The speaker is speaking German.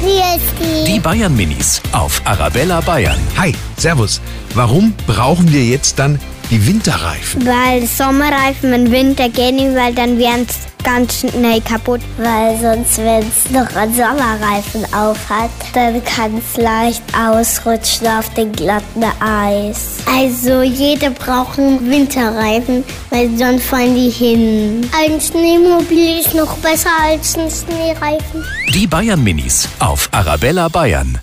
Christi. Die Bayern Minis auf Arabella Bayern. Hi, Servus. Warum brauchen wir jetzt dann die Winterreifen? Weil Sommerreifen im Winter gehen nicht, weil dann wären es ganz schnell kaputt. Weil sonst, wenn es noch einen Sommerreifen auf hat, dann kann es leicht ausrutschen auf den glatten Eis. Also jeder braucht einen Winterreifen, weil sonst fallen die hin. Ein Schneemobil ist noch besser als ein Schneereifen. Die Bayern Minis auf Arabella Bayern.